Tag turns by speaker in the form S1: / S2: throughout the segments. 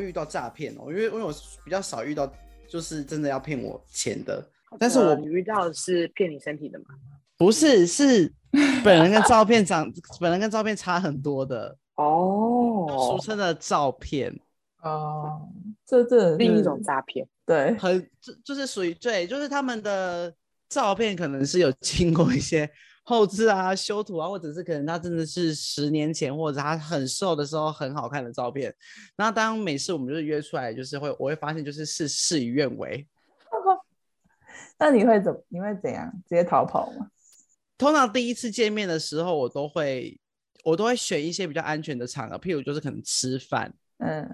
S1: 遇到诈骗哦，因为因为我比较少遇到就是真的要骗我钱的，但是我
S2: 你遇到的是骗你身体的吗？
S1: 不是是本人跟照片长，本人跟照片差很多的，俗
S2: 哦，
S1: 称的照片，
S3: 哦，这这
S2: 另一种诈骗，
S3: 对，
S1: 很就就是属于对，就是他们的照片可能是有经过一些后置啊、修图啊，或者是可能他真的是十年前或者他很瘦的时候很好看的照片。那当每次我们就是约出来，就是会我会发现就是事事与愿违。
S3: 那你会怎你会怎样？直接逃跑吗？
S1: 通常第一次见面的时候，我都会我都会选一些比较安全的场合，譬如就是可能吃饭，
S3: 嗯，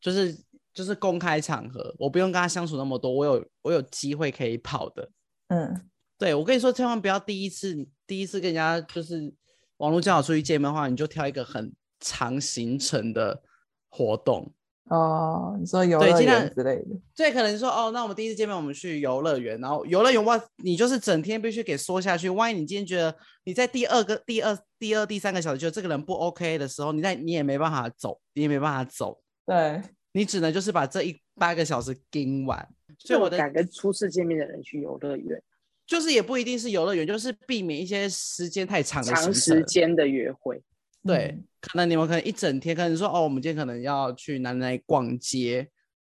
S1: 就是就是公开场合，我不用跟他相处那么多，我有我有机会可以跑的。
S3: 嗯，
S1: 对，我跟你说，千万不要第一次第一次跟人家就是网络交友出去见面的话，你就挑一个很长行程的活动。
S3: 哦，你说游
S1: 对
S3: 乐
S1: 尽量
S3: 园之类的，
S1: 对，可能说哦，那我们第一次见面，我们去游乐园，然后游乐园哇，你就是整天必须给缩下去。万一你今天觉得你在第二个、第二、第二、第三个小时觉得这个人不 OK 的时候，你在你也没办法走，你也没办法走，
S3: 对，
S1: 你只能就是把这一八个小时盯完。所以我的
S2: 敢跟初次见面的人去游乐园，
S1: 就是也不一定是游乐园，就是避免一些时间太长的
S2: 长
S1: 行
S2: 时
S1: 程。
S2: 间嗯的约会，
S1: 对，可能你们可能一整天，可能说哦，我们今天可能要去哪里哪里逛街，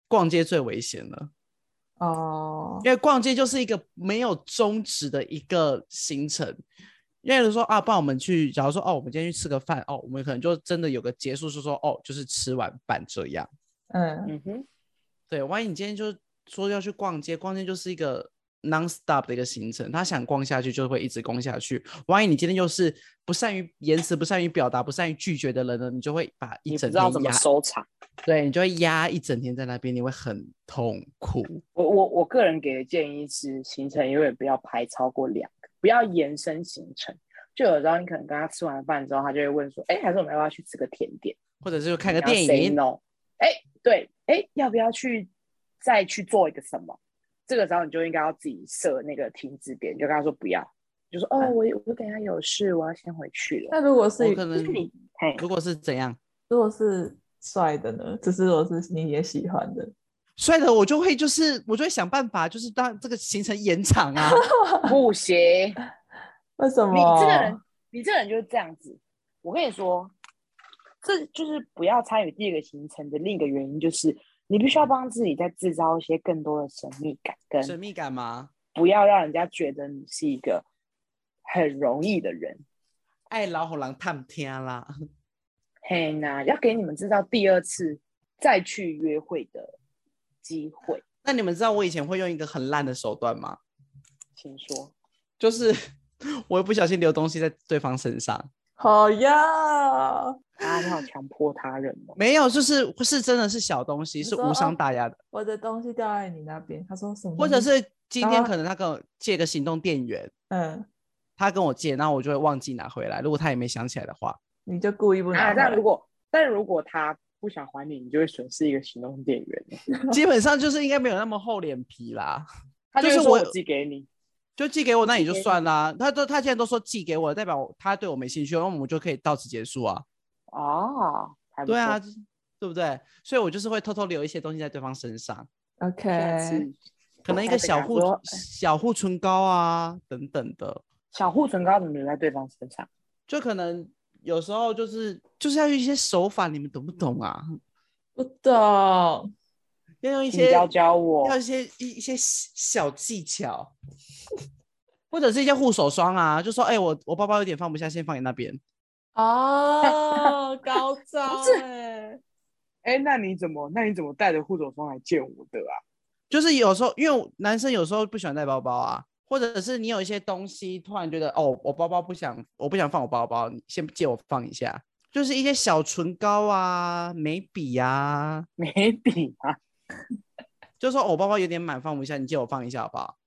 S1: 逛街最危险了，
S3: 嗯哦，
S1: 因为逛街就是一个没有终止的一个行程。因为说啊，不然我们去，假如说哦，我们今天去吃个饭，哦，我们可能就真的有个结束，是说哦，就是吃完饭这样。
S3: 嗯，
S2: 嗯哼，
S1: 对，万一你今天就说要去逛街，逛街就是一个 non stop 的一个行程，他想逛下去就会一直逛下去。万一你今天又是不善于言辞、不善于表达、不善于拒绝的人呢，你就会把一
S2: 你不
S1: 整
S2: 知道
S1: 天
S2: 怎么
S1: 压，
S2: 收场。
S1: 对你就会压一整天在那边，你会很痛苦。
S2: 我我我个人给的建议是，行程永远不要排超过两个，不要延伸行程。就有时候你可能跟他吃完饭之后，他就会问说：“哎、还是我们要不要去吃个甜点？
S1: 或者是看个
S2: 然后
S1: 电
S2: say
S1: 影，
S2: no，哎、对，哎、要不要去再去做一个什么？这个时候你就应该要自己设那个停止点，你就跟他说不要，就说哦，我我等一下有事，我要先回去了。
S3: 那如
S1: 嗯
S3: 果
S1: 我
S3: 是
S1: 可能
S2: 就是你，嘿，
S1: 如果是怎样
S3: 如果是帅的呢？就是如果是你也喜欢的，
S1: 帅的，我就会就是我就会想办法，就是让这个行程延长 啊。
S2: 不行，
S3: 为什么？
S2: 你这个人，你这个人就是这样子。我跟你说，这就是不要参与第一个行程的另一个原因，就是你必须要帮自己再制造一些更多的神秘感，
S1: 神
S2: 跟
S1: 秘感吗？
S2: 不要让人家觉得你是一个很容易的人。
S1: 爱老虎狼探听啦，
S2: 嘿呐，要给你们制造第二次再去约会的机会，
S1: 那你们知道我以前会用一个很烂的手段吗？
S2: 请说。
S1: 就是 我不小心留东西在对方身上，
S3: 好呀，
S2: 啊，你好强迫他人哦！
S1: 没有，就是是真的是小东西，
S3: 你
S1: 是
S3: 说
S1: 无伤
S3: 哦
S1: 大雅的，
S3: 我的东西掉在你那边。他说什么？
S1: 或者是今天
S3: 啊
S1: 可能他跟我借个行动电源，
S3: 嗯，
S1: 他跟我借，然后我就会忘记拿回来，如果他也没想起来的 话，
S3: 你就故意不拿
S2: 啊，
S3: 回来。
S2: 但如果但如果他不想还你，你就会损失一个行动电源，
S1: 基本上就是应该没有那么厚脸皮啦，
S2: 他
S1: 就是
S2: 会说
S1: 我
S2: 我寄给你，
S1: 就寄给我那也就
S2: 寄给
S1: 算啦，他都他既然都说寄给我，代表我他对我没兴趣，那我们就可以到此结束啊，
S2: 哦，还不
S1: 对啊，
S2: 错，
S1: 就是对不对？所以我就是会偷偷留一些东西在对方身上。
S2: 下
S3: OK，
S2: 次
S1: 哎可能一
S2: 下
S1: 个
S2: 次
S1: 小
S2: 跟他
S1: 护
S2: 说
S1: 小护唇膏啊等等的，
S2: 小护唇膏怎么留在对方身上？
S1: 就可能有时候就是就是要用一些手法，你们懂不懂啊？
S3: 不懂，
S1: 要用一
S2: 请
S1: 些
S2: 教教我
S1: 要一些一一些小小技巧， 或者是一些护手霜啊，就说哎、我我包包有点放不下，先放你那边。
S3: 哦，高招、
S2: 是
S3: 欸，
S2: 哎，那你怎么那你怎么带着护手霜来见我的啊？
S1: 就是有时候因为我男生有时候不喜欢带包包啊，或者是你有一些东西突然觉得哦，我包包不想我不想放我包包，你先借我放一下。就是一些小唇膏啊、眉笔啊，
S2: 眉笔啊，
S1: 嗯就说、哦我包包有点满，放不下，你借我放一下好不好？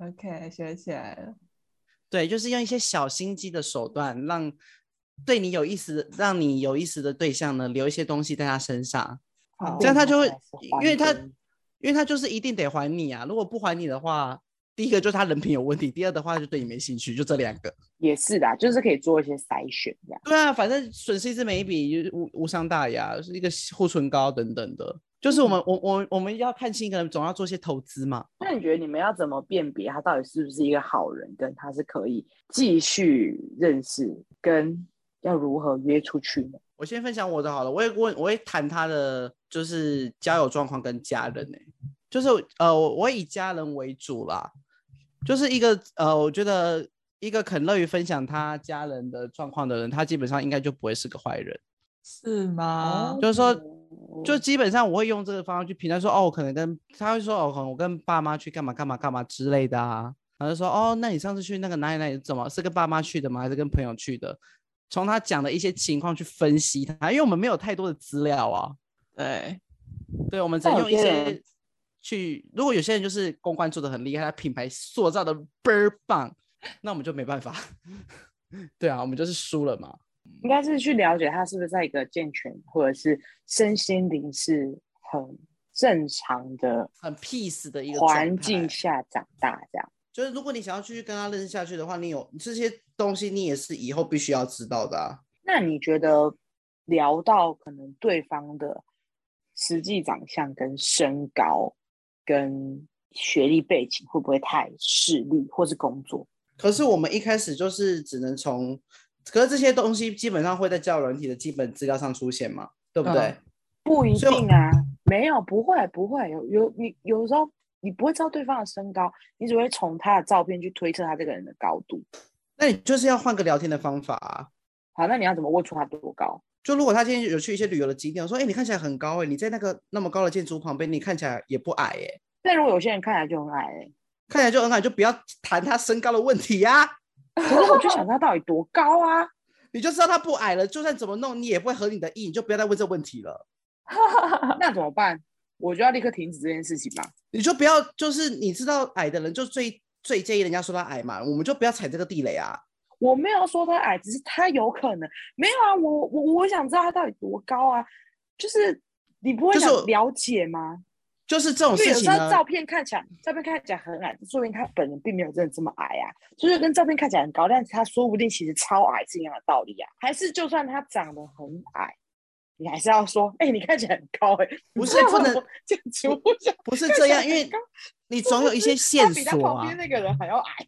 S3: OK，学起来了。
S1: 对，就是用一些小心机的手段，让对你有意思的，让你有意思的对象呢留一些东西在他身上，
S3: 好
S1: 这样他就会
S2: 还是，
S1: 因
S2: 还
S1: 为他
S2: 给你
S1: 因为他就是一定得还你啊。如果不还你的话，第一个就是他人品有问题，第二的话就对你没兴趣，就这两个。
S2: 也是啦，就是可以做一些筛选这样。
S1: 对啊，反正损失一支眉笔就是无无伤大雅，是一个护唇膏等等的，就是我们我我我们要看清，可能总要做些投资嘛。
S2: 那你觉得你们要怎么辨别他到底是不是一个好人，跟他是可以继续认识，跟要如何约出去呢？
S1: 我先分享我的好了，我也问，我会谈他的就是交友状况跟家人呢、就是呃，我我以家人为主啦，就是一个呃，我觉得一个肯乐于分享他家人的状况的人，他基本上应该就不会是个坏人。
S3: 是吗？
S1: 啊就是说
S2: 哦
S1: 就基本上我会用这个方法去评价说，哦，我可能跟他会说，哦，可能我跟爸妈去干嘛干嘛干嘛之类的啊。然后就说，哦，那你上次去那个哪里哪里是怎么是跟爸妈去的吗？还是跟朋友去的？从他讲的一些情况去分析他，因为我们没有太多的资料啊，
S3: 对，
S1: 对，我们只
S2: 但
S1: 能
S2: 有
S1: 用一
S2: 些
S1: 些
S2: 人
S1: 去。如果有些人就是公关做的很厉害，他品牌塑造的倍儿棒，那我们就没办法。 对啊，我们就是输了嘛。
S2: 应该是去了解他是不是在一个健全，或者是身心灵是很正常的
S1: 很 peace 的一个
S2: 环
S1: 状态
S2: 境下长大这样。
S1: 就是如果你想要继续跟他认识下去的话，你有这些东西，你也是以后必须要知道的、啊。
S2: 那你觉得聊到可能对方的实际长相、跟身高、跟学历背景，会不会太势利，或是工作？
S1: 可是我们一开始就是只能从，可是这些东西基本上会在交友软体的基本资料上出现嘛，对不对？
S3: 嗯
S2: 不一
S1: 所以我
S2: 定啊，没有，不会，不会，有有你有时候你不会知道对方的身高，你只会从他的照片去推测他这个人的高度。
S1: 那你就是要换个聊天的方法啊。
S2: 好，那你要怎么问出他多高？
S1: 就如果他今天有去一些旅游的景点，我说，哎、你看起来很高哎、你在那个那么高的建筑旁边，你看起来也不矮哎、
S2: 但如果有些人看起来就很矮、欸，
S1: 看起来就很矮，就不要谈他身高的问题呀、
S2: 可是我就想他到底多高啊？
S1: 你就知道他不矮了，就算怎么弄，你也不会合你的意，你就不要再问这个问题了。
S2: 那怎么办？我就要立刻停止这件事情吧。
S1: 你就不要，就是你知道矮的人就最最介意人家说他矮嘛，我们就不要踩这个地雷啊。
S2: 我没有说他矮，只是他有可能没有啊。我我我想知道他到底多高啊，就是你不会
S1: 就是
S2: 想
S1: 我
S2: 了解吗？
S1: 就是这种
S2: 因为
S1: 事
S2: 有
S1: 情
S2: 时候
S1: 呢，
S2: 照片看起来，照片看起来很矮，说明他本人并没有真的这么矮啊。就是跟照片看起来很高，但是他说不定其实超矮是一样的道理啊。还是就算他长得很矮，你还是要说，哎、你看起来很高哎、
S1: 不
S2: 你
S1: 是
S2: 知道
S1: 不能
S2: 我 这样子，我想
S1: 不是
S2: 看
S1: 这
S2: 起来
S1: 样，因为
S2: 很高
S1: 你总有一 些线
S2: 他比他
S1: 索
S2: 旁
S1: 啊
S2: 边，那个人还要矮。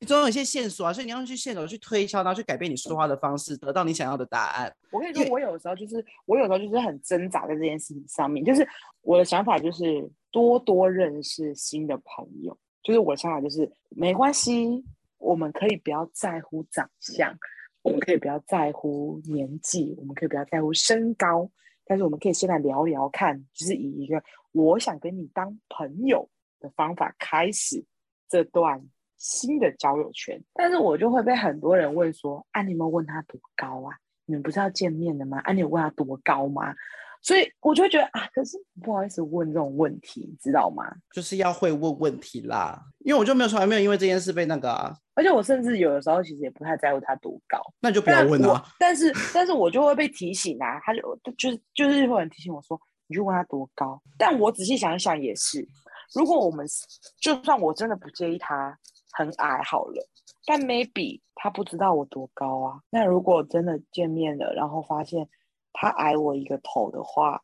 S1: 你总有一些线索啊，所以你要去线索去推敲，然后去改变你说话的方式，得到你想要的答案。
S2: 我跟你
S1: 因
S2: 说
S1: 为，
S2: 我有时候就是，我有时候就是很挣扎在这件事情上面。就是我的想法就是多多认识新的朋友，就是我的想法就是没关系，我们可以不要在乎长相，我们可以不要在乎年纪，我们可以不要在乎身高，但是我们可以先来聊聊看，就是以一个我想跟你当朋友的方法开始这段新的交友圈。但是我就会被很多人问说：“啊，你有没有问他多高啊？你们不是要见面的吗？啊，你有问他多高吗？”所以我就会觉得啊，可是不好意思问这种问题，你知道吗？
S1: 就是要会问问题啦，因为我就没有从来没有因为这件事被那个啊，
S2: 而且我甚至有的时候其实也不太在乎他多高，
S1: 那你就不要问
S2: 我
S1: 啊。
S2: 但是但是我就会被提醒啊，他就就是就是会有人提醒我说，你去问他多高。但我仔细想一想也是，如果我们就算我真的不介意他很矮好了，但 maybe 他不知道我多高啊。那如果真的见面了，然后发现他矮我一个头的话，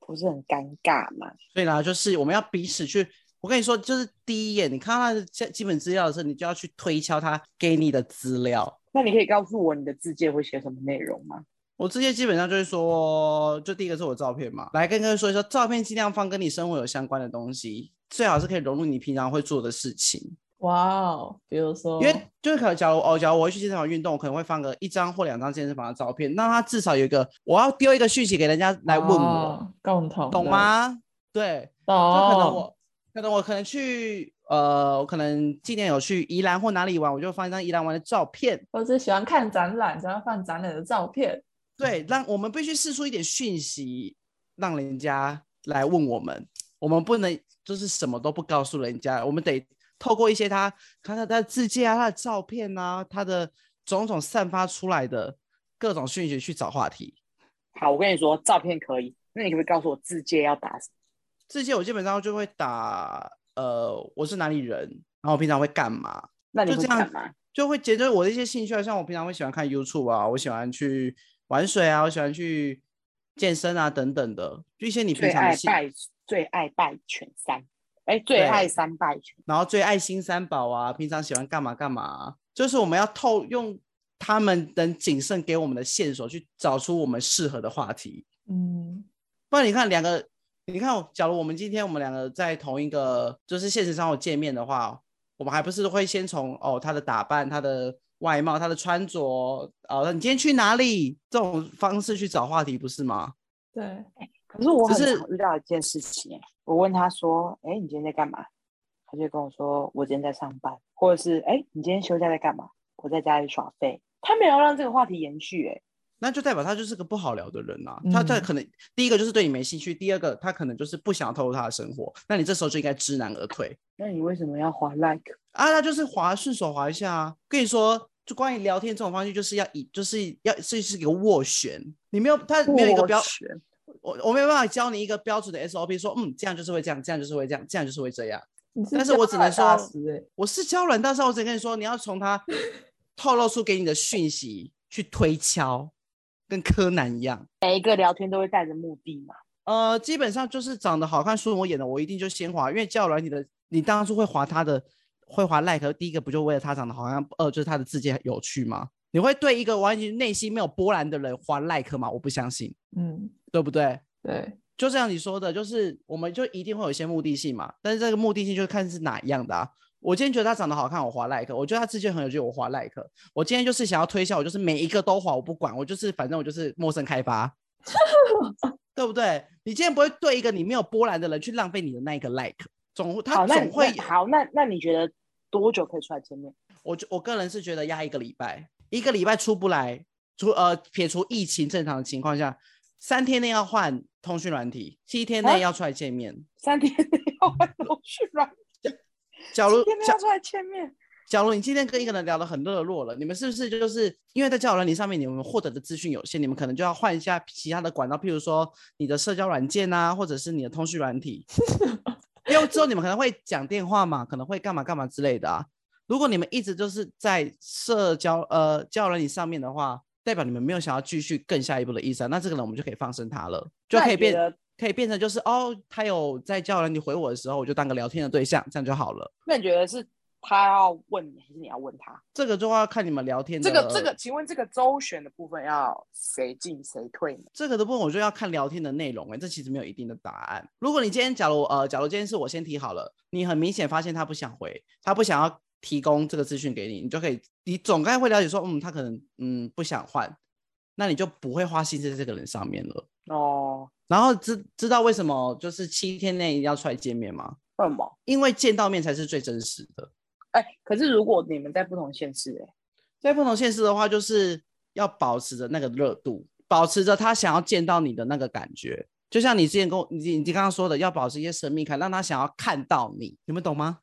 S2: 不是很尴尬吗？
S1: 所以啦，就是我们要彼此去。我跟你说，就是第一眼你看到他的基基本资料的时候，你就要去推敲他给你的资料。
S2: 那你可以告诉我你的字界会写什么内容吗？
S1: 我这些基本上就是说，就第一个是我照片嘛，来跟各位说一说，照片尽量放跟你生活有相关的东西，最好是可以融入你平常会做的事情。
S3: 哇哦，比如说，
S1: 因为就是可能假如哦，假如我会去健身房运动，我可能会放个一张或两张健身房的照片，让他至少有一个我要丢一个讯息给人家来问我，
S3: 哦共同的
S1: 懂？吗？哦对，
S3: 懂，
S1: 就可能我、可能我可能去呃，我可能今年有去宜兰或哪里玩，我就放一张宜兰玩的照片。
S3: 我只喜欢看展览，想要放展览的照片。
S1: 对，让我们必须试出一点讯息，让人家来问我们。我们不能就是什么都不告诉人家，我们得透过一些他看他他的字迹啊、他的照片啊、他的种种散发出来的各种讯息去找话题。
S2: 好，我跟你说，照片可以。那你可不可以告诉我字界要打什么？
S1: 这些我基本上就会打呃，我是哪里人，然后我平常会干嘛，
S2: 那你
S1: 就
S2: 会
S1: 这样
S2: 干嘛？
S1: 就会结合我的一些兴趣啊，像我平常会喜欢看 YouTube 啊，我喜欢去玩水啊，我喜欢去健身啊等等的，就一些你平
S2: 最
S1: 常的
S2: 爱
S1: 兴，
S2: 拜最爱拜犬三，哎，最
S1: 对
S2: 爱三拜犬。
S1: 然后最爱新三宝啊，平常喜欢干嘛干嘛啊、就是我们要透用他们能谨慎给我们的线索去找出我们适合的话题。
S3: 嗯，
S1: 不然你看两个，你看哦，假如我们今天我们两个在同一个就是现实生活见面的话，我们还不是会先从哦他的打扮、他的外貌、他的穿着，哦你今天去哪里这种方式去找话题，不是吗？
S3: 对，
S2: 可是我
S1: 只
S2: 很
S1: 是
S2: 常遇到一件事情、欸，我问他说：“哎、你今天在干嘛？”他就跟我说：“我今天在上班。”或者是“哎、你今天休假在干嘛？”我在家里耍废。他没有让这个话题延续、欸，
S1: 那就代表他就是个不好聊的人啊。他他
S3: 嗯
S1: 可能第一个就是对你没兴趣，第二个他可能就是不想透露他的生活。那你这时候就应该知难而退
S2: 那你为什么要划 like？
S1: 啊，他就是滑顺手滑一下啊。跟你说，就关于聊天这种方式，就是要以就是要这是一个斡旋，你没有他没有一个标
S2: 我，选
S1: 我我没有办法教你一个标准的 SOP，说嗯这样就是会这样，这样就是会这样，这样就是会这样。
S3: 你
S1: 但是
S3: 教
S1: 我只
S3: 法
S1: 能
S3: 大
S1: 说
S3: 师欸
S1: 我是教软大师，我只能跟你说，你要从他透露出给你的讯息去推敲，跟柯南一样。
S2: 每一个聊天都会带着目的嘛？
S1: 呃，基本上就是长得好看、顺我眼的，我一定就先滑，因为教软你的，你当初会滑他的，会滑 like，第一个不就为了他长得好看，二就是他的字界有趣吗？你会对一个完全内心没有波澜的人滑 like 吗？我不相信，
S3: 嗯，
S1: 对不对？
S3: 对，
S1: 就像你说的，就是我们就一定会有一些目的性嘛，但是这个目的性就是看是哪一样的啊。我今天觉得他长得好看，我划 like；我觉得他自荐很有趣，我划 like。我今天就是想要推销，我就是每一个都划，我不管，我就是反正我就是陌生开 发，对不对？你今天不会对一个你没有波澜的人去浪费你的那一个 like，总会他
S2: 好，那
S1: 总
S2: 你
S1: 会
S2: 那好，那那你觉得多久可以出来见面？
S1: 我就我个人是觉得压一个礼拜，一个礼拜出不来，除呃撇除疫情正常的情况下，三天内要换通讯软体，七天
S2: 啊
S1: 内要出来见面。
S2: 三天内要 换头绪软，
S1: 假如
S2: 今天
S1: 假
S2: 要出来见面。
S1: 假如你今天跟一个人聊得很热络了，你们是不是就是因为在交友软件上面，你们获得的资讯有限，你们可能就要换一下其他的管道，譬如说你的社交软件啊，或者是你的通讯软 体。因为之后你们可能会讲电话嘛，可能会干嘛干嘛之类的啊。如果你们一直就是在社交呃交友软件上面的话，代表你们没有想要继续更下一步的意思啊。那这个人我们就可以放生他了，就
S2: 那
S1: 可
S2: 你
S1: 以
S2: 觉
S1: 变
S2: 得
S1: 可以变成就是哦，他有在交友软件回我的时候，我就当个聊天的对象，这样就好了。
S2: 那你觉得是他要问你，还是你要问他？
S1: 这个就要看你们聊天的
S2: 这个这个，请问这个周旋的部分要谁进谁退呢？
S1: 这个的部分，我就要看聊天的内容、欸。这其实没有一定的答案。如果你今天假如呃，假如今天是我先提好了，你很明显发现他不想回，他不想要提供这个资讯给你，你就可以，你总该会了解说，嗯，他可能嗯不想换，那你就不会花心思在这个人上面了。
S2: 哦，
S1: 然后知知道为什么就是七天内一定要出来见面吗？
S2: 为什么？
S1: 因为见到面才是最真实的。
S2: 哎、可是如果你们在不同县市、哎，
S1: 在不同现实的话，就是要保持着那个热度，保持着他想要见到你的那个感觉。就像你之前跟我，你你刚刚说的，要保持一些神秘感，让他想要看到你，你们懂吗？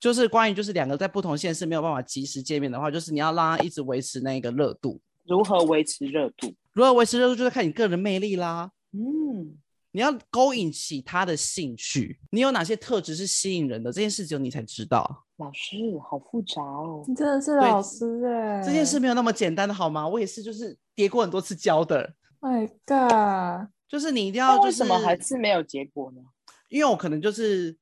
S1: 就是关于就是两个在不同县市没有办法及时见面的话，就是你要让他一直维持那个热度。
S2: 如何维持热度？
S1: 如何维持热度，就是看你个人魅力啦。
S2: 嗯，
S1: 你要勾引起他的兴趣，你有哪些特质是吸引人的？这件事只有你才知道，
S2: 老师好复杂哦。
S3: 你真的是
S1: 对
S3: 老师哎、
S1: 这件事没有那么简单的好吗？我也是，就是叠过很多次胶的，
S3: ，Oh ，My God，
S1: 就是你一定
S2: 那
S1: 要、就是。
S2: 为什么还是没有结果呢？
S1: 因为我可能就是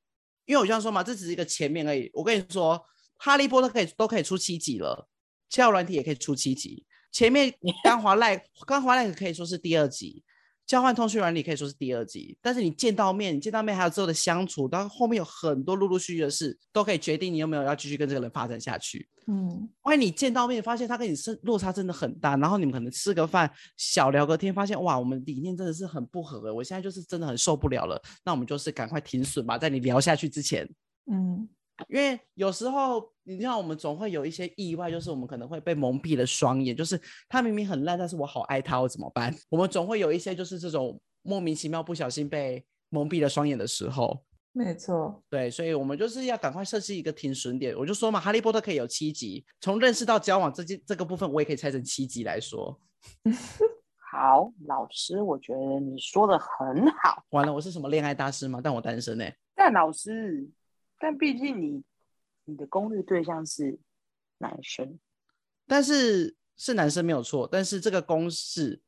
S1: 因为我这样说嘛，这只是一个前面而已。我跟你说，哈利波特可以都可以出七集了，七号软体也可以出七集。前面刚华赖刚华赖可以说是第二集，交换通讯软体可以说是第二集。但是你见到面，你见到面还有之后的相处，到后面有很多陆陆续续的事，都可以决定你有没有要继续跟这个人发展下去。
S3: 嗯，
S1: 万一你见到面发现他跟你是落差真的很大，然后你们可能吃个饭小聊个天，发现哇，我们理念真的是很不合的，我现在就是真的很受不了了。那我们就是赶快停损吧，在你聊下去之前，
S3: 嗯，
S1: 因为有时候你知道我们总会有一些意外，就是我们可能会被蒙蔽了双眼，就是他明明很烂，但是我好爱他，我怎么办？ 我们总会有一些就是这种莫名其妙不小心被蒙蔽了双眼的时候。
S3: 没错，
S1: 对，所以我们就是要赶快设置一个停损点。我就说嘛，《哈利波特》可以有七集，从认识到交往这件这个部分，我也可以拆成七集来说。
S2: 好，老师，我觉得你说的很好，
S1: 完了，我是什么恋爱大师吗？但我单身呢、欸
S2: 但老师，但毕竟你你的攻略对象是男生，
S1: 但是是男生没有错，但是这个公式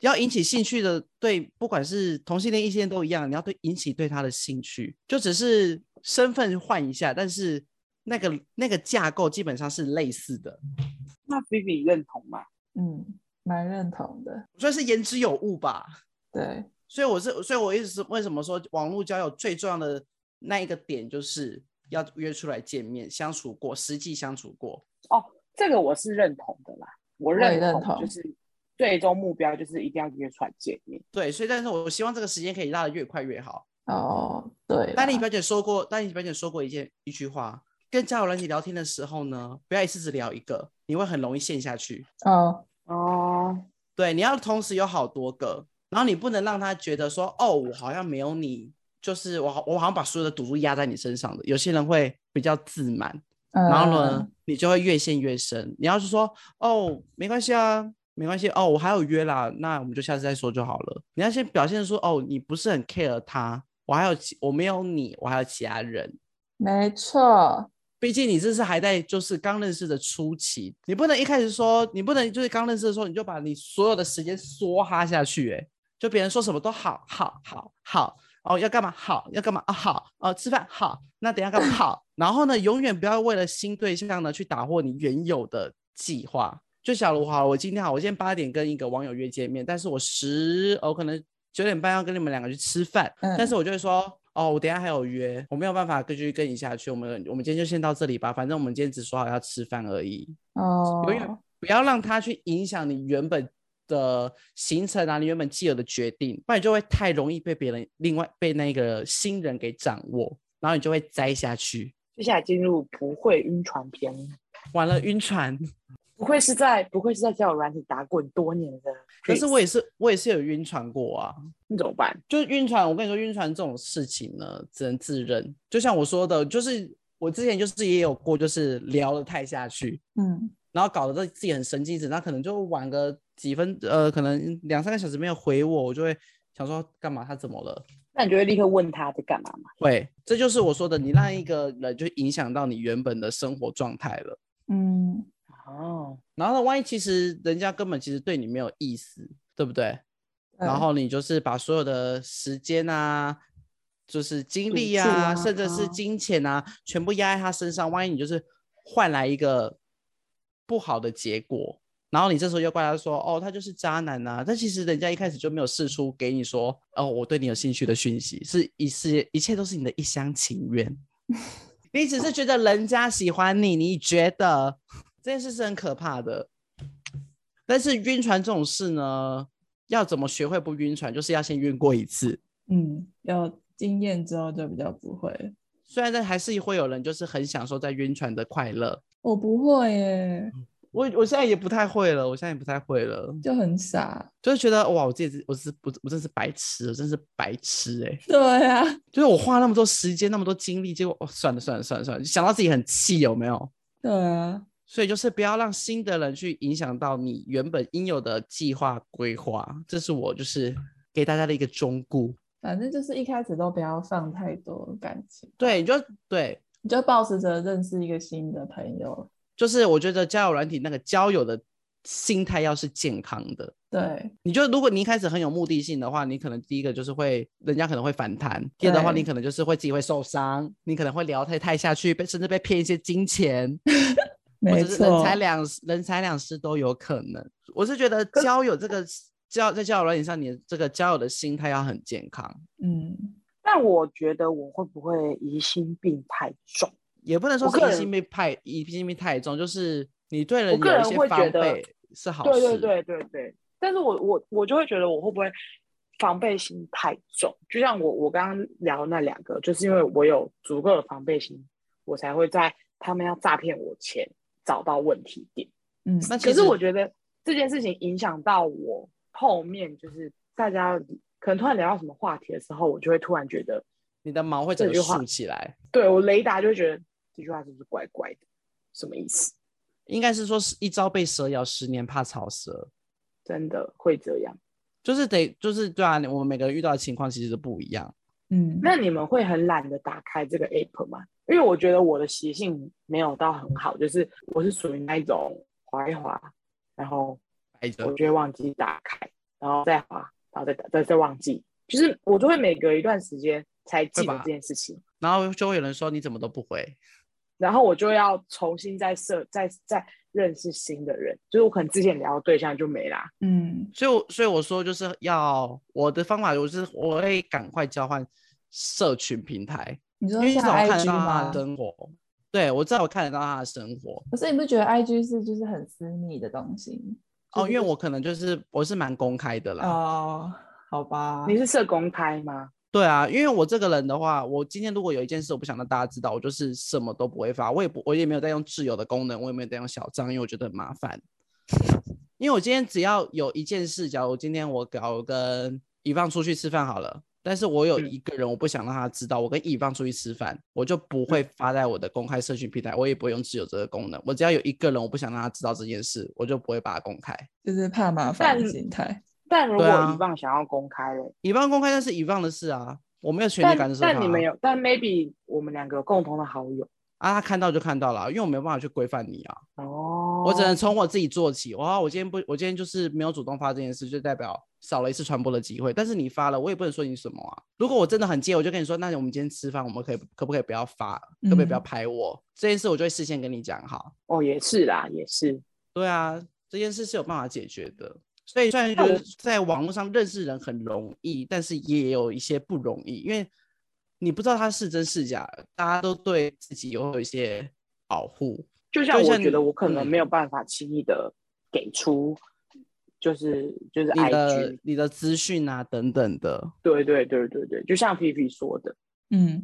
S1: 要引起兴趣的，对，不管是同性恋、异性恋都一样，你要对引起对他的兴趣，就只是身份换一下，但是那个那个架构基本上是类似的。
S2: 那菲菲认同吗？
S3: 嗯，蛮认同的。
S1: 所以是言之有物吧。
S3: 对，
S1: 所以我是，所以我一直是为什么说网络交友最重要的那一个点，就是要约出来见面，相处过，实际相处过。
S2: 这个我是认同的啦，我
S3: 也
S2: 认
S3: 认同
S2: 就是最终目标就是一定要约出来见面。
S1: 对，所以但是我希望这个时间可以拉得越快越好。
S3: 哦，对啦，
S1: 丹尼表姐说过，丹尼表姐说过一件一句话，跟交友软体聊天的时候呢，不要一次只聊一个，你会很容易陷下去。
S3: 哦，
S2: 哦，
S1: 对，你要同时有好多个，然后你不能让他觉得说，哦，我好像没有你，就是我好我好像把所有的赌注压在你身上的。有些人会比较自满，然后呢
S3: 嗯，，
S1: 你就会越陷越深。你要是说哦，没关系啊，没关系哦，我还有约啦，那我们就下次再说就好了。你要先表现出哦，你不是很 care 他，我还有其我没有你，我还有其他人。
S3: 没错，
S1: 毕竟你这是还在就是刚认识的初期，你不能一开始说，你不能就是刚认识的时候你就把你所有的时间梭哈下去、欸，就别人说什么都好好好好哦，要干嘛好，要干嘛啊好哦，吃饭好，那等一下干嘛好，然后呢，永远不要为了新对象呢去打破你原有的计划。就假如好了，我今天好，我今天八点跟一个网友约见面，但是我十我可能九点半要跟你们两个去吃饭，
S3: 嗯
S1: 但是我就会说。哦，我等一下还有约，我没有办法继续跟你下去。我们我们今天就先到这里吧，反正我们今天只说好要吃饭而已。
S3: 哦，
S1: 永远不要让它去影响你原本的行程啊，你原本既有的决定，不然你就会太容易被别人另外被那个新人给掌握，然后你就会栽下去，
S2: 接下来进入不会晕船篇，
S1: 完了晕船。
S2: 不愧是在不愧是在交友软体打滚多年的 Chris，
S1: 可是我也是我也是有晕船过啊，
S2: 你怎么办？
S1: 就是晕船。我跟你说，晕船这种事情呢，只能自认。就像我说的，就是我之前就是也有过，就是聊得太下去，
S3: 嗯，
S1: 然后搞得自己很神经质，那可能就晚个几分，呃，可能两三个小时没有回我，我就会想说干嘛？他怎么了？
S2: 那你就会立刻问他在干嘛嘛？
S1: 会，这就是我说的，你让一个人就影响到你原本的生活状态了。
S3: 嗯，
S2: 哦，
S1: 然后呢，万一其实人家根本其实对你没有意思，对不对？
S3: 对
S1: 然后你就是把所有的时间啊，就是精
S2: 赌
S1: 力
S2: 注
S1: 啊，
S2: 啊
S1: 甚至是
S2: 啊
S1: 金钱啊，全部压在他身上。万一你就是换来一个不好的结果，然后你这时候又怪他说：“哦，他就是渣男啊。”但其实人家一开始就没有试出给你说：“哦，我对你有兴趣的讯息，是一切一切都是你的一厢情 愿。”你只是觉得人家喜欢你，你觉得这件事是很可怕的。但是晕船这种事呢，要怎么学会不晕船，就是要先晕过一次。
S3: 嗯，有经验之后就比较不会了。
S1: 虽然但还是会有人就是很享受在晕船的快乐，
S3: 我不会耶，
S1: 我我现在也不太会了，我现在也不太会了，
S3: 就很傻。
S1: 就是觉得哇，我自己是我是我我真是白痴，我真是白痴哎、
S3: 对啊，
S1: 就是我花那么多时间那么多精力，结果哦算了算了算了算了，想到自己很气有没有？
S3: 对啊，
S1: 所以就是不要让新的人去影响到你原本应有的计划规划，这是我就是给大家的一个忠告。
S3: 反正就是一开始都不要放太多感情，
S1: 对，你就对，
S3: 你就保持着认识一个新的朋友。
S1: 就是我觉得交友软体那个交友的心态要是健康的。
S3: 对，
S1: 你就如果你一开始很有目的性的话，你可能第一个就是会，人家可能会反弹；第二的话，
S3: 对
S1: 你可能就是会自己会受伤，你可能会聊太太下去，被甚至被骗一些金钱，或
S3: 没
S1: 者是人
S3: 错，
S1: 财两人财两失都有可能。我是觉得交友这个交在交友软体上，你这个交友的心态要很健康，
S3: 嗯，
S2: 但我觉得我会不会疑心病太重？
S1: 也不能说
S2: 我
S1: 是
S2: 个
S1: 疑
S2: 人
S1: 心被派疑心被太重，就是你对人
S2: 我个
S1: 有一
S2: 人
S1: 些
S2: 会觉
S1: 防
S2: 得
S1: 备是好事。
S2: 对对对对对，但是我我我就会觉得我会不会防备心太重？就像我我刚刚聊的那两个，就是因为我有足够的防备心，我才会在他们要诈骗我前找到问题点。
S3: 嗯，
S1: 那其
S2: 可
S1: 实
S2: 是我觉得这件事情影响到我后面，就是大家可能突然聊到什么话题的时候，我就会突然觉得，
S1: 你的毛会整
S2: 这
S1: 个
S2: 句话
S1: 竖起来。
S2: 对我雷达就会觉得这句话是不是怪怪的？什么意思？
S1: 应该是说是一朝被蛇咬，十年怕草蛇，
S2: 真的会这样？
S1: 就是得就是对啊，我们每个人遇到的情况其实都不一样。
S3: 嗯，
S2: 那你们会很懒得打开这个 app 吗？因为我觉得我的习性没有到很好，就是我是属于那一种滑一滑，然后
S1: 白着
S2: 我就会忘记打开，然后再滑，然后再再再忘记，就是我就会每隔一段时间才记得
S1: 吧
S2: 这件事情，
S1: 然后就会有人说你怎么都不回，
S2: 然后我就要重新再设再再认识新的人，就是我可能之前聊的对象就没啦，
S3: 嗯，
S1: 所以我所以我说就是要我的方法，我是我会赶快交换社群平台，
S3: 你
S1: 因
S3: 说
S1: 为至
S3: 像
S1: 少我看
S3: IG
S1: 得到他的
S3: 吗？
S1: 生活，对我至少看得到他的生活。
S3: 可是你不觉得 IG 是就是很私密的东西？
S1: 哦，因为我可能就是我是蛮公开的啦，
S3: 哦，好吧，
S2: 你是社公开吗？
S1: 对啊，因为我这个人的话，我今天如果有一件事我不想让大家知道，我就是什么都不会发，我也不我也没有在用挚友的功能，我也没有在用小账，因为我觉得很麻 烦。因为我今天只要有一件事，假如今天我搞跟乙方出去吃饭好了，但是我有
S2: 嗯
S1: 一个人我不想让他知道我跟乙方出去吃饭，我就
S2: 嗯
S1: 不会发在我的公开社群平台，我也不会用挚友这个功能。我只要有一个人我不想让他知道这件事，我就不会把它公开。
S3: 就是怕麻烦的
S2: 但
S3: 心态。
S2: 但如
S1: 对
S2: 果
S1: 啊
S2: 一棒想要公开了，
S1: 乙方公开那是乙方的事啊，我没有权利
S2: 但
S1: 干涉他啊。
S2: 但你们有，但 maybe 我们两个有共同的好友
S1: 啊，他看到就看到了，因为我没有办法去规范你啊，
S2: 哦，
S1: 我只能从我自己做起。哇，我今天不，我今天就是没有主动发这件事，就代表少了一次传播的机会。但是你发了，我也不能说你什么啊。如果我真的很介意，我就跟你说，那我们今天吃饭，我们可以可不可以不要发，可不可以不要
S3: 嗯
S1: 拍我、这件事，我就会事先跟你讲好。
S2: 哦也是啦，也是
S1: 对啊，这件事是有办法解决的。所以虽然觉
S2: 那
S1: 得
S2: 我
S1: 在网络上认识人很容易，但是也有一些不容易，因为你不知道他是真是假，大家都对自己有有一些保护。
S2: 就像
S1: 就
S2: 我
S1: 像
S2: 觉得
S1: 你
S2: 我可能
S1: 嗯
S2: 没有办法轻易的给出，就是就是
S1: 你的
S2: IG，
S1: 你的资讯啊等等的。
S2: 对对对对对，就像皮皮说的，
S3: 嗯，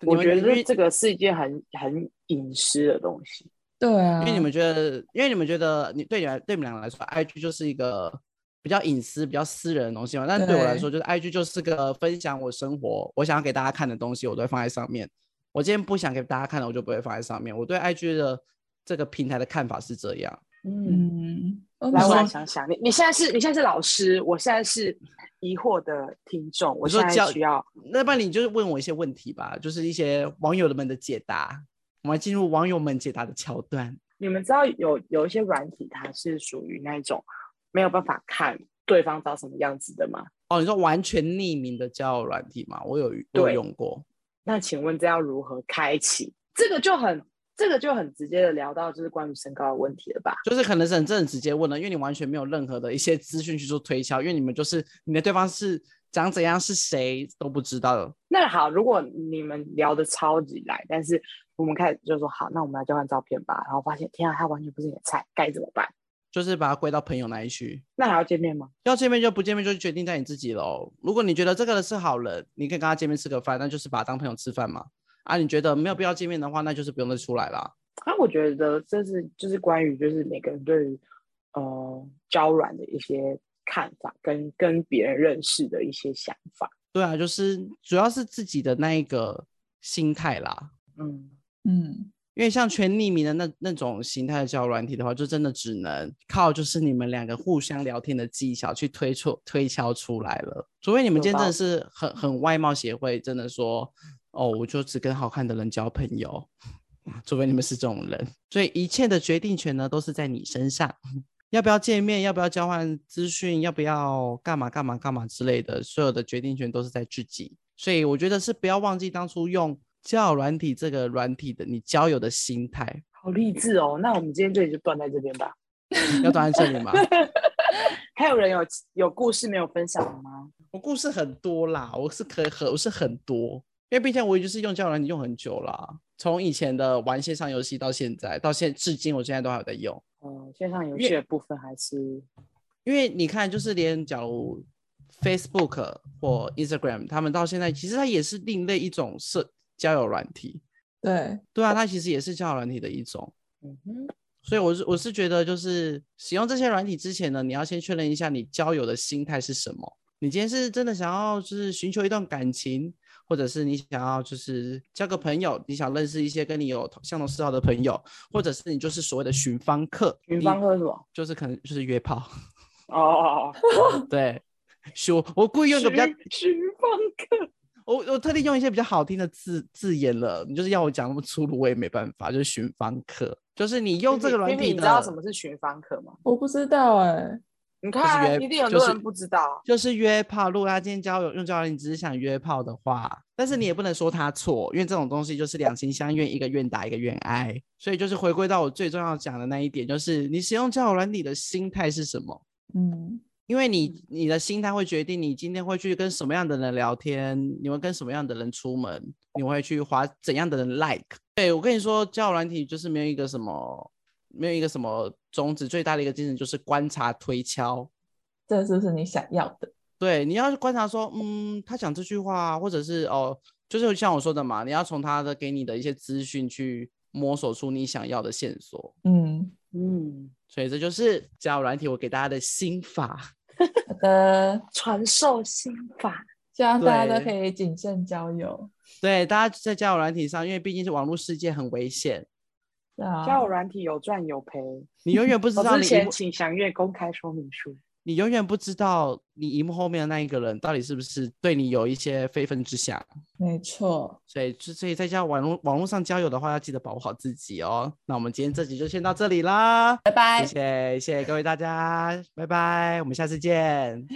S1: 你
S2: 我
S1: 们
S2: 觉
S1: 因为
S2: 得这个是一件很很隐私的东西，
S3: 对啊，
S1: 因为你们觉得，因为你们觉得你对你来对你们两个来说，IG 就是一个比较隐私、比较私人的东西嘛。但对我来
S3: 对
S1: 说，就是 IG 就是个分享我生活，我想要给大家看的东西，我都会放在上面。我今天不想给大家看的，我就不会放在上面。我对 IG 的这个平台的看法是这样。
S2: 嗯。
S3: 嗯，我
S2: 来，我来
S3: 们
S2: 想想，你你现在是你现在是老师，我现在是疑惑的听众，我
S1: 你说
S2: 现
S1: 教
S2: 在需要
S1: 那不然你就是问我一些问题吧，就是一些网友们的解答。我们进入网友们解答的桥段。
S2: 你们知道有有一些软体，它是属于那种没有办法看对方长什么样子的吗？
S1: 哦，你说完全匿名的交友软体嘛？我有我有
S2: 对
S1: 用过。
S2: 那请问这要如何开启？这个就很这个就很直接的聊到就是关于身高的问题了吧？
S1: 就是可能是很正直接问了，因为你完全没有任何的一些资讯去做推敲，因为你们就是你的对方是长怎样是谁都不知道的。
S2: 那好，如果你们聊的超级来，但是我们开始就说好，那我们来交换照片吧，然后发现天啊，他完全不是你的菜，该怎么办？
S1: 就是把它归到朋友那一区。
S2: 那还要见面吗？
S1: 要见面就不见面，就决定在你自己喽。如果你觉得这个人是好人，你可以跟他见面吃个饭，那就是把他当朋友吃饭嘛。啊，你觉得没有必要见面的话，那就是不用再出来啦。
S2: 啊，我觉得这是就是关于就是每个人对于呃交软的一些看法，跟跟别人认识的一些想法。
S1: 对啊，就是主要是自己的那一个心态啦。
S2: 嗯，
S3: 嗯，
S1: 因为像全匿名的那那种形态的交友软体的话，就真的只能靠就是你们两个互相聊天的技巧去推出推敲出来了。除非你们
S2: 有
S1: 今天真
S2: 道
S1: 的是很很外貌协会，真的说哦，我就只跟好看的人交朋友。 除非你们是这种人，所以一切的决定权呢都是在你身上。要不要见面，要不要交换资讯，要不要干嘛干嘛干嘛之类的，所有的决定权都是在自己。所以我觉得是不要忘记当初用交友软体这个软体的你交友的心态，
S2: 好励志哦。那我们今天这里就断在这边吧。
S1: 要断在这里吗？
S2: 还有人有有故事没有分享的吗？
S1: 我故事很多啦，我是可很我是很多，因为毕竟我也就是用交友软体用很久啦，从以前的玩线上游戏到现在，到现至今我现在都还有在用。
S2: 呃，线上游
S1: 因为
S2: 戏的部分还是
S1: 因为你看，就是连假如 Facebook 或 Instagram，他们到现在其实它也是另类一种社交友软体，
S3: 对，
S1: 对啊，它其实也是交友软体的一种。
S2: 嗯哼，
S1: 所以我是我是觉得，就是使用这些软体之前呢，你要先确认一下你交友的心态是什么。你今天是真的想要就是寻求一段感情，或者是你想要就是交个朋友，你想认识一些跟你有同相同嗜好的朋友，或者是你就是所谓的寻芳客，
S2: 云
S1: 你
S2: 芳喝什么？
S1: 就是可能就是约炮。
S2: 哦哦哦，
S1: 对，修我故意用一个 比较，
S2: 寻芳客。
S1: 我我特地用一些比较好听的字字眼了。你就是要我讲那么粗鲁，我也没办法。就是寻芳客，就是你用这个软
S2: Vivi，
S1: 体
S2: 你知道
S1: 的
S2: 什么是寻芳客吗？
S3: 我不知道哎、
S4: 你
S1: 就是
S4: 看，啊
S1: 原
S4: 一定很
S1: 就
S4: 多
S1: 是
S4: 人不知道。
S1: 就是约炮。如果他今天交友用交友，你只是想约炮的话，但是你也不能说他错，因为这种东西就是两情相悦，一个愿打，一个愿挨。所以就是回归到我最重要讲的那一点，就是你使用交友软体的心态是什么？
S3: 嗯，
S1: 因为你你的心态会决定你今天会去跟什么样的人聊天，你会跟什么样的人出门，你会去划怎样的人 like。对我跟你说，交友软体就是没有一个什么，没有一个什么宗旨，最大的一个精神就是观察推敲。
S3: 这是不是你想要的？
S1: 对，你要去观察说，嗯，他讲这句话，或者是哦，就是像我说的嘛，你要从他的给你的一些资讯去摸索出你想要的线索。
S3: 嗯，
S2: 嗯，
S1: 所以这就是交友软体我给大家的心法。
S3: 好的，
S2: 传授心法，
S3: 希望大家都
S1: 对
S3: 可以谨慎交友。
S1: 对，大家在交友软体上，因为毕竟是网络世界很危险，
S3: 对啊，
S2: 交友软体有赚有赔。
S1: 你永远不知
S2: 我
S1: 道
S2: 之
S1: 你荧
S2: 前
S1: 幕
S2: 请详阅公开说明书。
S1: 你永远不知道你荧幕后面的那一个人到底是不是对你有一些非分之想。
S3: 没错，
S1: 所以，所以在家网络网络上交友的话，要记得保护好自己哦。那我们今天这集就先到这里啦。
S3: 拜拜
S1: 谢。谢谢谢各位大家，拜拜，我们下次见。